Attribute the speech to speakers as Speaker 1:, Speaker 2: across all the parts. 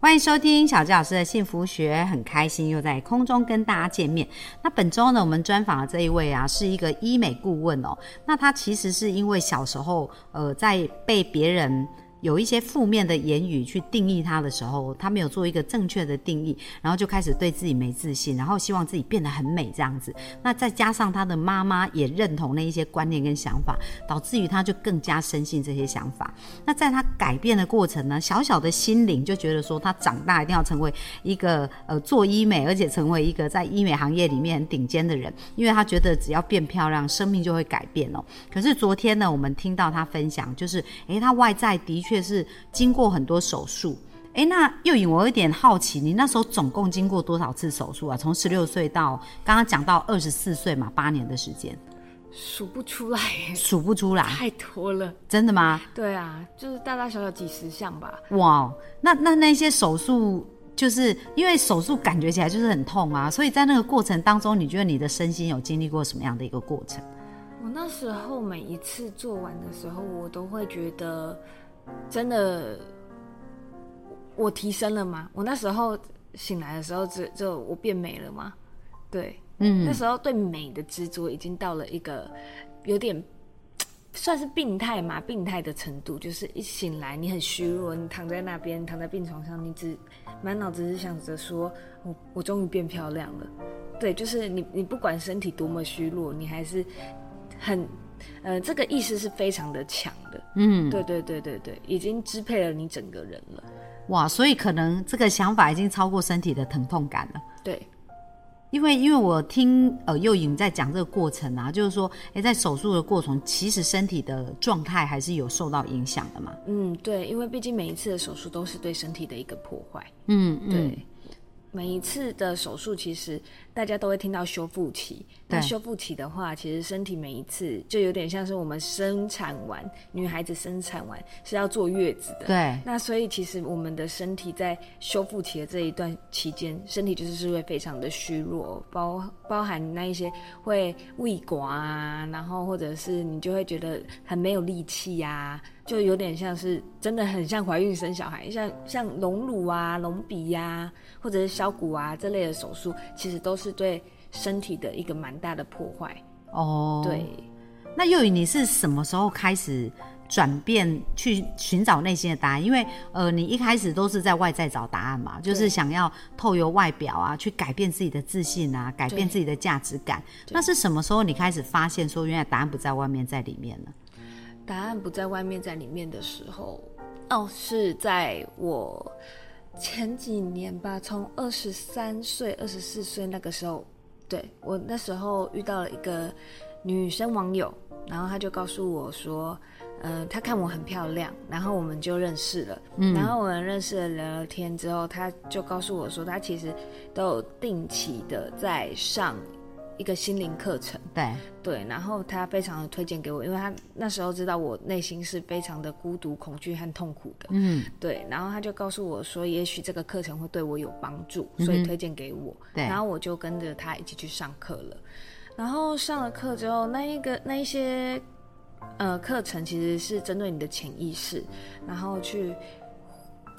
Speaker 1: 欢迎收听小纪老师的幸福学，很开心又在空中跟大家见面。那本周呢，我们专访的这一位啊，是一个医美顾问哦。那他其实是因为小时候，呃，在被别人有一些负面的言语去定义他的时候，他没有做一个正确的定义，然后就开始对自己没自信，然后希望自己变得很美这样子。那再加上他的妈妈也认同那一些观念跟想法，导致于他就更加深信这些想法。那在他改变的过程呢，小小的心灵就觉得说，他长大一定要成为一个呃做医美，而且成为一个在医美行业里面很顶尖的人，因为他觉得只要变漂亮，生命就会改变哦。可是昨天呢，我们听到他分享，就是诶，他外在的确是经过很多手术。诶，那又颖，我有点好奇，你那时候总共经过多少次手术啊？从十六岁到刚刚讲到二十四岁嘛，八年的时间，
Speaker 2: 数不出来 耶，
Speaker 1: 数不出来，
Speaker 2: 太多了。
Speaker 1: 真的吗？
Speaker 2: 对啊，就是大大小小几十项吧。
Speaker 1: 哇，那那那些手术，就是因为手术感觉起来就是很痛啊，所以在那个过程当中，你觉得你的身心有经历过什么样的一个过程？
Speaker 2: 我那时候每一次做完的时候，我都会觉得，真的，我提升了吗？我那时候醒来的时候，只就我变美了吗？对，那
Speaker 1: 嗯，
Speaker 2: 时候对美的执着已经到了一个有点算是病态嘛，病态的程度，就是一醒来你很虚弱，你躺在那边，躺在病床上，你只满脑子是想着说，我我终于变漂亮了。对，就是你你不管身体多么虚弱，你还是很。呃，这个意识是非常的强的，嗯，对对对对对，已经支配了你整个人了，
Speaker 1: 哇，所以可能这个想法已经超过身体的疼痛感了。
Speaker 2: 对，
Speaker 1: 因为因为我听呃幼颖在讲这个过程啊，就是说，诶，在手术的过程，其实身体的状态还是有受到影响的嘛。
Speaker 2: 嗯，对，因为毕竟每一次的手术都是对身体的一个破坏，
Speaker 1: 嗯，
Speaker 2: 对，每一次的手术，其实大家都会听到修复期。那
Speaker 1: 对
Speaker 2: 修复期的话，其实身体每一次就有点像是我们生产完，女孩子生产完是要坐月子的。。
Speaker 1: 对，
Speaker 2: 那所以其实我们的身体在修复期的这一段期间，身体就是是会非常的虚弱，包包含那一些会胃刮啊，然后或者是你就会觉得很没有力气呀、就有点像是真的很像怀孕生小孩，像像隆乳啊、隆鼻呀、或者是削骨啊这类的手术，其实都是对身体的一个蛮大的破坏。
Speaker 1: 哦，
Speaker 2: 对。。
Speaker 1: 那幼宇，你是什么时候开始转变去寻找内心的答案？因为呃，你一开始都是在外在找答案嘛，就是想要透由外表啊，去改变自己的自信啊，改变
Speaker 2: 对
Speaker 1: 自己的价值感。那是什么时候你开始发现说，原来答案不在外面，在里面呢？
Speaker 2: 答案不在外面，在里面的时候，哦，是在我前几年吧，从二十三岁、二十四岁那个时候，对我那时候遇到了一个女生网友，然后她就告诉我说，嗯、她看我很漂亮，然后我们就认识了，然后我们认识了聊聊天之后，她就告诉我说，她其实都有定期的在上一个心灵课程。
Speaker 1: 对，
Speaker 2: 对，然后他非常的推荐给我，因为他那时候知道我内心是非常的孤独、恐惧和痛苦的。
Speaker 1: 嗯，
Speaker 2: 对，然后他就告诉我说，也许这个课程会对我有帮助，所以推荐给我。
Speaker 1: 嗯对
Speaker 2: 然后我就跟着他一起去上课了。然后上了课之后，那一个那一些呃课程其实是针对你的潜意识，然后去。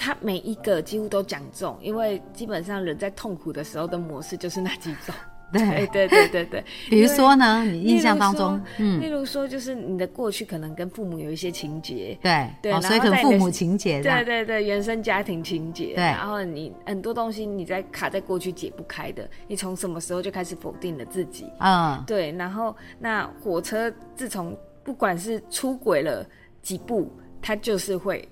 Speaker 2: 他每一个几乎都讲中，因为基本上人在痛苦的时候的模式就是那几种。对
Speaker 1: 对。
Speaker 2: 对对对对，
Speaker 1: 比如说呢，你
Speaker 2: 例
Speaker 1: 印
Speaker 2: 如
Speaker 1: 象当中嗯
Speaker 2: 说，例如说就是你的过去可能跟父母有一些情节，
Speaker 1: 对，
Speaker 2: 对
Speaker 1: 哦，
Speaker 2: 然
Speaker 1: 所以
Speaker 2: 后
Speaker 1: 可能
Speaker 2: 在你
Speaker 1: 父
Speaker 2: 的
Speaker 1: 母情节这样
Speaker 2: 对对对，原生家庭情节，
Speaker 1: 对
Speaker 2: 然后你很多东西你在卡在过去解不开的，你从什么时候就开始否定了自己？
Speaker 1: 嗯，
Speaker 2: 对，然后那火车自从不管是出轨了几步，它就是会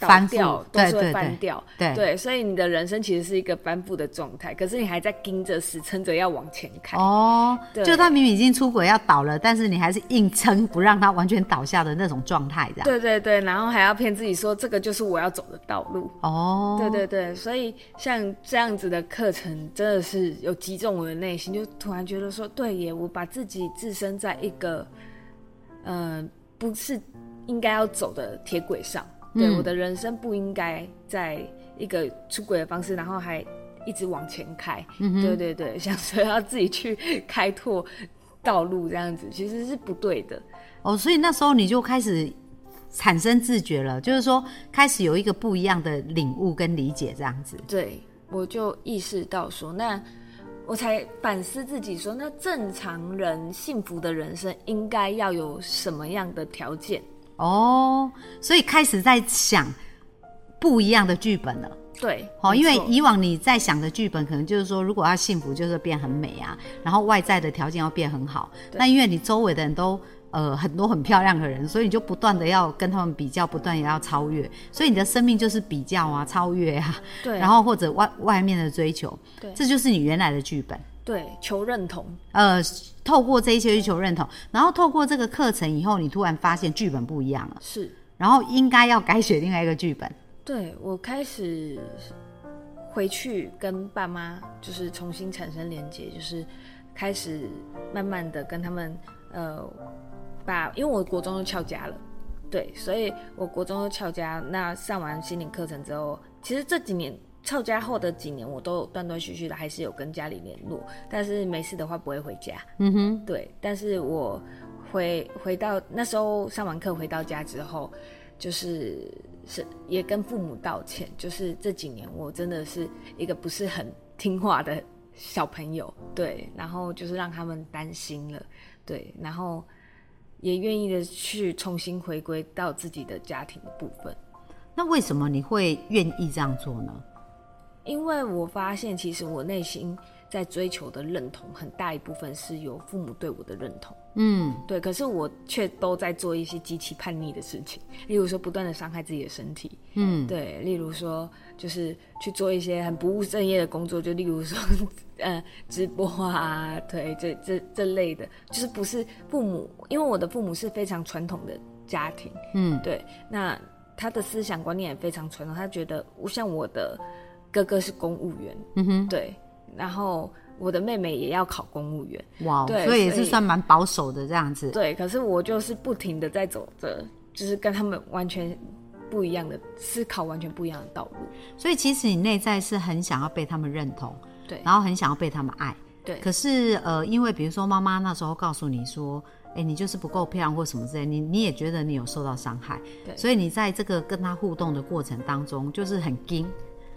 Speaker 2: 倒
Speaker 1: 翻覆
Speaker 2: 掉，都
Speaker 1: 对
Speaker 2: 是
Speaker 1: 对
Speaker 2: 会
Speaker 1: 对
Speaker 2: 翻掉。
Speaker 1: 对
Speaker 2: 对，所以你的人生其实是一个翻覆的状态，可是你还在盯着死撑着要往前看。
Speaker 1: 哦，
Speaker 2: 对
Speaker 1: 就他明明已经出轨要倒了，但是你还是硬撑不让他完全倒下的那种状态，这样。
Speaker 2: 对对对，然后还要骗自己说这个就是我要走的道路。
Speaker 1: 哦，
Speaker 2: 对对对，所以像这样子的课程，真的是有击中我的内心，就突然觉得说，对耶，我把自己置身在一个，呃，不是应该要走的铁轨上。对，
Speaker 1: 嗯
Speaker 2: 我的人生不应该在一个出轨的方式，然后还一直往前开。
Speaker 1: 嗯
Speaker 2: 对对对，想说要自己去开拓道路这样子，其实是不对的。
Speaker 1: 哦，所以那时候你就开始产生自觉了，就是说开始有一个不一样的领悟跟理解，这样子。
Speaker 2: 对，我就意识到说，那我才反思自己说，那正常人幸福的人生应该要有什么样的条件？
Speaker 1: 哦，所以开始在想不一样的剧本了。
Speaker 2: 对，
Speaker 1: 哦，
Speaker 2: 没
Speaker 1: 因为
Speaker 2: 错
Speaker 1: 以往你在想的剧本，可能就是说，如果要幸福，就是变很美啊，然后外在的条件要变很好。
Speaker 2: 对
Speaker 1: 那因为你周围的人都呃很多很漂亮的人，所以你就不断的要跟他们比较，不断的要超越，所以你的生命就是比较啊、超越啊，
Speaker 2: 对，
Speaker 1: 然后或者外外面的追求，
Speaker 2: 对
Speaker 1: 这就是你原来的剧本。
Speaker 2: 对求认同，
Speaker 1: 呃，透过这一些去求认同，然后透过这个课程以后，你突然发现剧本不一样了，
Speaker 2: 是
Speaker 1: 然后应该要改写另外一个剧本。
Speaker 2: 对我开始回去跟爸妈就是重新产生连接，就是开始慢慢的跟他们呃把，因为我国中就翘家了。对，所以我国中就翘家。那上完心理课程之后，其实这几年翘家后的几年，我都有断断续续的，还是有跟家里联络。但是没事的话，不会回家。
Speaker 1: 嗯哼，
Speaker 2: 对，但是我回回到那时候上完课回到家之后，就是是也跟父母道歉，就是这几年我真的是一个不是很听话的小朋友，对，然后就是让他们担心了，对，然后也愿意的去重新回归到自己的家庭的部分。
Speaker 1: 那为什么你会愿意这样做呢？
Speaker 2: 因为我发现，其实我内心在追求的认同，很大一部分是由父母对我的认同。
Speaker 1: 嗯，
Speaker 2: 对，可是我却都在做一些极其叛逆的事情，例如说不断的伤害自己的身体，
Speaker 1: 嗯，
Speaker 2: 对，例如说就是去做一些很不务正业的工作，就例如说呃直播啊，对，这这这类的，就是不是父母，因为我的父母是非常传统的家庭，
Speaker 1: 嗯，
Speaker 2: 对，那他的思想观念也非常传统，他觉得像我的哥哥是公务员，
Speaker 1: 嗯哼，
Speaker 2: 对，然后我的妹妹也要考公务员。
Speaker 1: 哇哦，
Speaker 2: 对
Speaker 1: 所以也
Speaker 2: 所
Speaker 1: 是
Speaker 2: 以
Speaker 1: 算蛮保守的这样子。
Speaker 2: 对，可是我就是不停的在走着，就是跟他们完全不一样的思考，完全不一样的道路。
Speaker 1: 所以其实你内在是很想要被他们认同，
Speaker 2: 对
Speaker 1: 然后很想要被他们爱。
Speaker 2: 对
Speaker 1: 可是呃，因为比如说妈妈那时候告诉你说，哎、你就是不够漂亮或什么之类，你你也觉得你有受到伤害，
Speaker 2: 对
Speaker 1: 所以你在这个跟他互动的过程当中，就是很硬，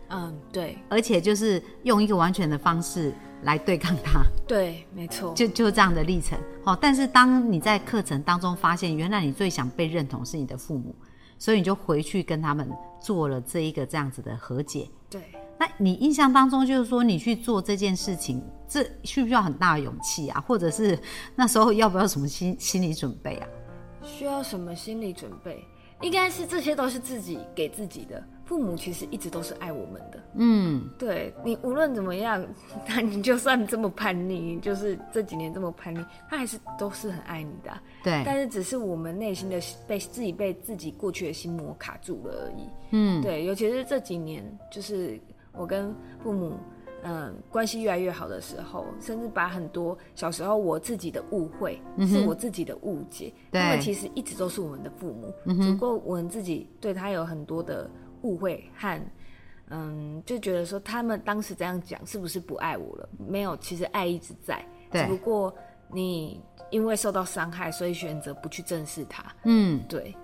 Speaker 2: 嗯，对
Speaker 1: 而且就是用一个完全的方式来对抗他，
Speaker 2: 对，没错，
Speaker 1: 就就这样的历程。哦，但是当你在课程当中发现，原来你最想被认同是你的父母，所以你就回去跟他们做了这一个这样子的和解。
Speaker 2: 对。
Speaker 1: 那你印象当中，就是说你去做这件事情，这需不需要很大的勇气啊？或者是那时候要不要什么心心理准备啊？
Speaker 2: 需要什么心理准备？应该是这些都是自己给自己的。父母其实一直都是爱我们的，
Speaker 1: 嗯，
Speaker 2: 对你无论怎么样， 他你就算这么叛逆，就是这几年这么叛逆，他还是都是很爱你的啊、但
Speaker 1: 对，
Speaker 2: 是只是我们内心的被自己被自己过去的心魔卡住了而已。
Speaker 1: 嗯，
Speaker 2: 对，尤其是这几年，就是我跟父母嗯关系越来越好的时候，甚至把很多小时候我自己的误会，是我自己的误解，
Speaker 1: 嗯对嗯
Speaker 2: 他们其实一直都是我们的父母，只不过我们自己对他有很多的误会和。嗯，就觉得说他们当时这样讲是不是不爱我了？没有，其实爱一直在，
Speaker 1: 对
Speaker 2: 只不过你因为受到伤害，所以选择不去正视它。
Speaker 1: 嗯，
Speaker 2: 对，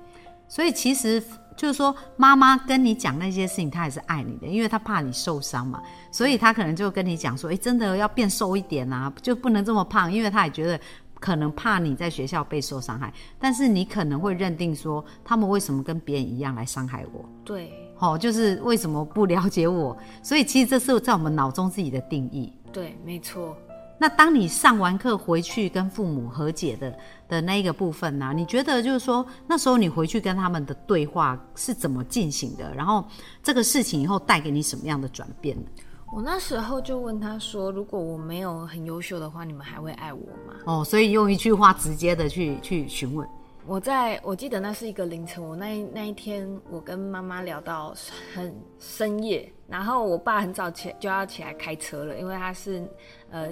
Speaker 1: 所以其实就是说，妈妈跟你讲那些事情，她也是爱你的，因为她怕你受伤嘛，所以她可能就跟你讲说，哎、真的要变瘦一点啊，就不能这么胖，因为她也觉得。可能怕你在学校被受伤害，但是你可能会认定说，他们为什么跟别人一样来伤害我？
Speaker 2: 对，
Speaker 1: 哦，就是为什么不了解我？所以其实这是在我们脑中自己的定义。
Speaker 2: 对，没错。
Speaker 1: 那当你上完课回去跟父母和解的的那一个部分呢、你觉得就是说那时候你回去跟他们的对话是怎么进行的？然后这个事情以后带给你什么样的转变呢？
Speaker 2: 我那时候就问他说：“如果我没有很优秀的话，你们还会爱我吗
Speaker 1: 哦，所以用一句话直接的去去询问。？”
Speaker 2: 我在我记得那是一个凌晨，我那一那一天我跟妈妈聊到很深夜，然后我爸很早起就要起来开车了，因为他是呃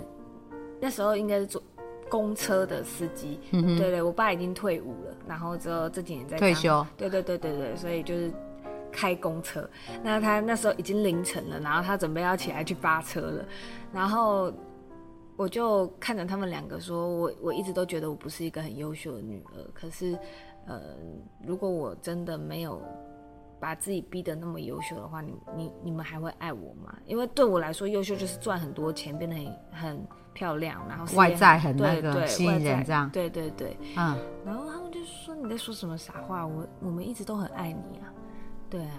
Speaker 2: 那时候应该是做公车的司机。
Speaker 1: 嗯哼
Speaker 2: 对对，我爸已经退伍了，然后之后这几年在
Speaker 1: 退
Speaker 2: 当
Speaker 1: 休。
Speaker 2: 对对对对对，所以就是开公车。那他那时候已经凌晨了，然后他准备要起来去扒车了，然后我就看着他们两个说，我我一直都觉得我不是一个很优秀的女儿，可是呃，如果我真的没有。把自己逼得那么优秀的话，你你你们还会爱我吗？因为对我来说，优秀就是赚很多钱，变得很很漂亮，然后事业
Speaker 1: 外在很
Speaker 2: 对
Speaker 1: 那个
Speaker 2: 对
Speaker 1: 吸引
Speaker 2: 外
Speaker 1: 人
Speaker 2: 在
Speaker 1: 这样
Speaker 2: 对对对。
Speaker 1: 嗯，
Speaker 2: 然后他们就说你在说什么傻话，我我们一直都很爱你啊，对啊，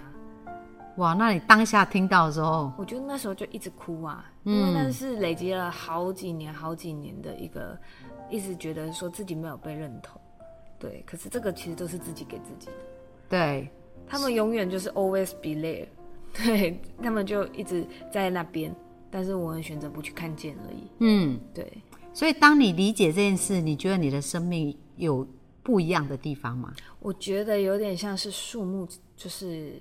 Speaker 1: 哇，那你当下听到的时候，
Speaker 2: 我觉得那时候就一直哭啊，
Speaker 1: 嗯
Speaker 2: 因为那是累积了好几年、好几年的一个，一直觉得说自己没有被认同，对，可是这个其实都是自己给自己的，
Speaker 1: 对，
Speaker 2: 他们永远就是 always be there，对他们就一直在那边，但是我们选择不去看见而已，
Speaker 1: 嗯，
Speaker 2: 对，
Speaker 1: 所以当你理解这件事，你觉得你的生命有不一样的地方吗？
Speaker 2: 我觉得有点像是树木，就是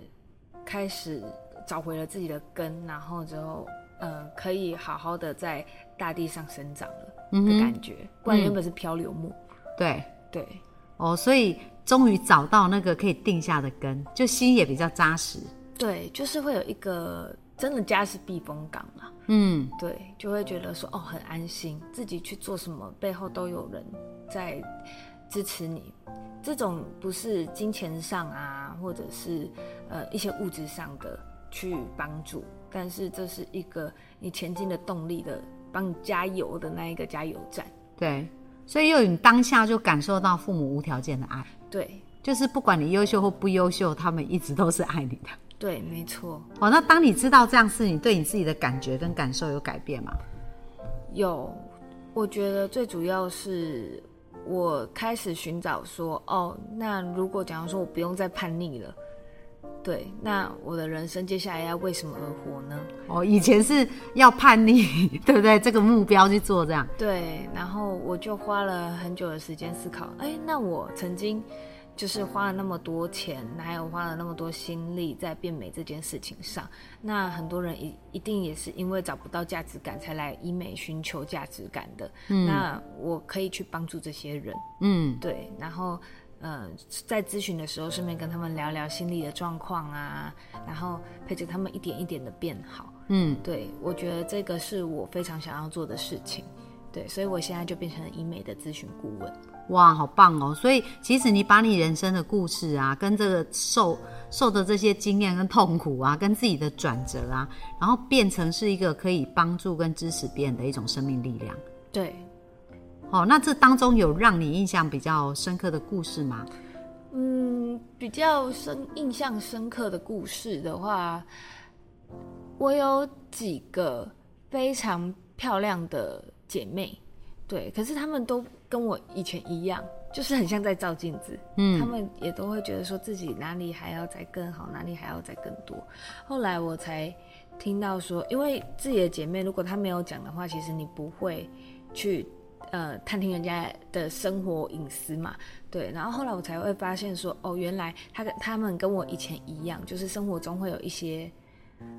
Speaker 2: 开始找回了自己的根，然后之后，嗯，可以好好的在大地上生长了的感觉，不然原本是漂流木。
Speaker 1: 对，
Speaker 2: 对
Speaker 1: 哦，所以终于找到那个可以定下的根，就心也比较扎实。
Speaker 2: 对，就是会有一个真的家是避风港啊，
Speaker 1: 嗯，
Speaker 2: 对，就会觉得说哦很安心，自己去做什么背后都有人在支持你。这种不是金钱上啊，或者是呃一些物质上的去帮助，但是这是一个你前进的动力的，帮你加油的那一个加油站。
Speaker 1: 对，所以又你当下就感受到父母无条件的爱，
Speaker 2: 对
Speaker 1: 就是不管你优秀或不优秀，他们一直都是爱你的。
Speaker 2: 对，没错，
Speaker 1: 哦，那当你知道这样事，你对你自己的感觉跟感受有改变吗？
Speaker 2: 有，我觉得最主要是我开始寻找说，哦，那如果假如说我不用再叛逆了，对，那我的人生接下来要为什么而活呢？
Speaker 1: 哦，以前是要叛逆， 对不对？这个目标去做这样，
Speaker 2: 对，然后我就花了很久的时间思考，哎，那我曾经就是花了那么多钱，还有花了那么多心力在变美这件事情上，那很多人一一定也是因为找不到价值感才来医美寻求价值感的，那我可以去帮助这些人。
Speaker 1: 嗯，
Speaker 2: 对，然后呃，在咨询的时候顺便跟他们聊聊心理的状况啊，然后陪着他们一点一点的变好。
Speaker 1: 嗯，
Speaker 2: 对我觉得这个是我非常想要做的事情。对，所以我现在就变成了医美的咨询顾问。
Speaker 1: 哇，好棒哦！所以其实你把你人生的故事啊，跟这个受受的这些经验跟痛苦啊，跟自己的转折啊，然后变成是一个可以帮助跟支持别人的一种生命力量。
Speaker 2: 对，
Speaker 1: 哦，那这当中有让你印象比较深刻的故事吗？
Speaker 2: 嗯，比较深印象深刻的故事的话，我有几个非常漂亮的姐妹，对，可是她们都跟我以前一样，就是很像在照镜子，嗯，她们也都会觉得说自己哪里还要再更好，哪里还要再更多。后来我才听到说，因为自己的姐妹如果她没有讲的话，其实你不会去呃探听人家的生活隐私嘛，对，然后后来我才会发现说，哦，原来他跟他们跟我以前一样，就是生活中会有一些，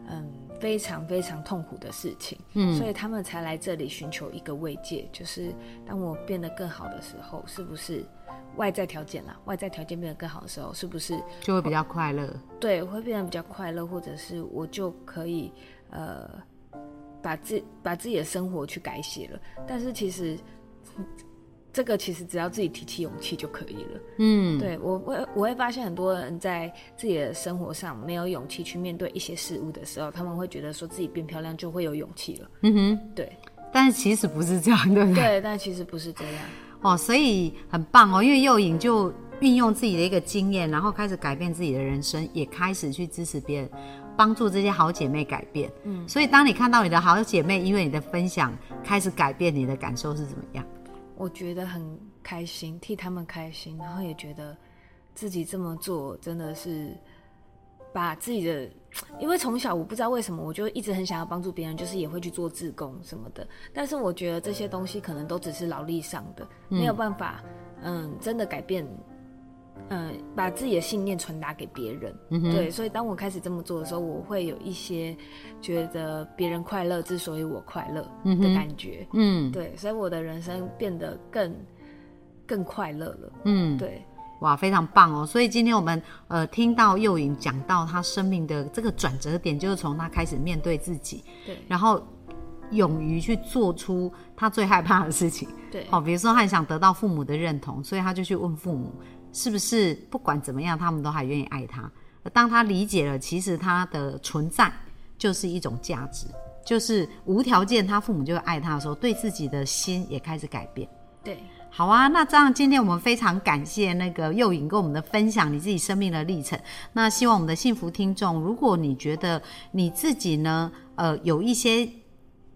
Speaker 2: 嗯，非常非常痛苦的事情，嗯，所以他们才来这里寻求一个慰藉，就是当我变得更好的时候，是不是外在条件啦，外在条件变得更好的时候，是不是
Speaker 1: 就会比较快乐。
Speaker 2: 对会变得比较快乐，或者是我就可以呃，把自把自己的生活去改写了，但是其实。这个其实只要自己提起勇气就可以了。
Speaker 1: 嗯，
Speaker 2: 对我会我会发现很多人在自己的生活上没有勇气去面对一些事物的时候，他们会觉得说自己变漂亮就会有勇气了。嗯哼，对
Speaker 1: 但是其实不是这样，对不对？
Speaker 2: 对，但其实不是这样。
Speaker 1: 哦，所以很棒哦，因为幼影就运用自己的一个经验，然后开始改变自己的人生，也开始去支持别人，帮助这些好姐妹改变。嗯，所以当你看到你的好姐妹因为你的分享开始改变，你的感受是怎么样？
Speaker 2: 我觉得很开心，替他们开心，然后也觉得自己这么做真的是把自己的，因为从小我不知道为什么，我就一直很想要帮助别人，就是也会去做志工什么的。但是我觉得这些东西可能都只是劳力上的，没有办法，嗯，真的改变呃，把自己的信念传达给别人。对，所以当我开始这么做的时候，我会有一些觉得别人快乐之所以我快乐的感觉。
Speaker 1: 嗯
Speaker 2: 对，所以我的人生变得更更快乐了。
Speaker 1: 嗯，
Speaker 2: 对，
Speaker 1: 哇，非常棒哦！所以今天我们呃听到幼颖讲到她生命的这个转折点，就是从她开始面对自己，
Speaker 2: 对，
Speaker 1: 然后勇于去做出她最害怕的事情。
Speaker 2: 对，
Speaker 1: 哦，比如说她很想得到父母的认同，所以她就去问父母，是不是不管怎么样，他们都还愿意爱她。而当她理解了，其实她的存在就是一种价值，就是无条件，她父母就会爱她的时候，对自己的心也开始改变。
Speaker 2: 对，
Speaker 1: 好啊，那这样今天我们非常感谢那个幼颖跟我们的分享你自己生命的历程。那希望我们的幸福听众，如果你觉得你自己呢，呃，有一些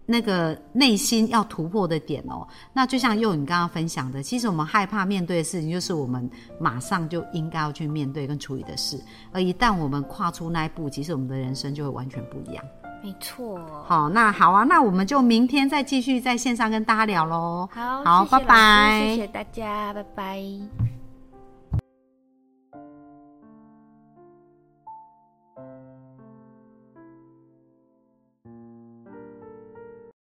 Speaker 1: 那个内心要突破的点哦，那就像幼颖刚刚分享的，其实我们害怕面对的事情，就是我们马上就应该要去面对跟处理的事，而一旦我们跨出那一步，其实我们的人生就会完全不一样。
Speaker 2: 没错。
Speaker 1: 好，那好啊，那我们就明天再继续在线上跟大家聊喽。
Speaker 2: 好，
Speaker 1: 好，
Speaker 2: 谢
Speaker 1: 拜
Speaker 2: 谢老师
Speaker 1: 拜，
Speaker 2: 谢谢大家，拜拜。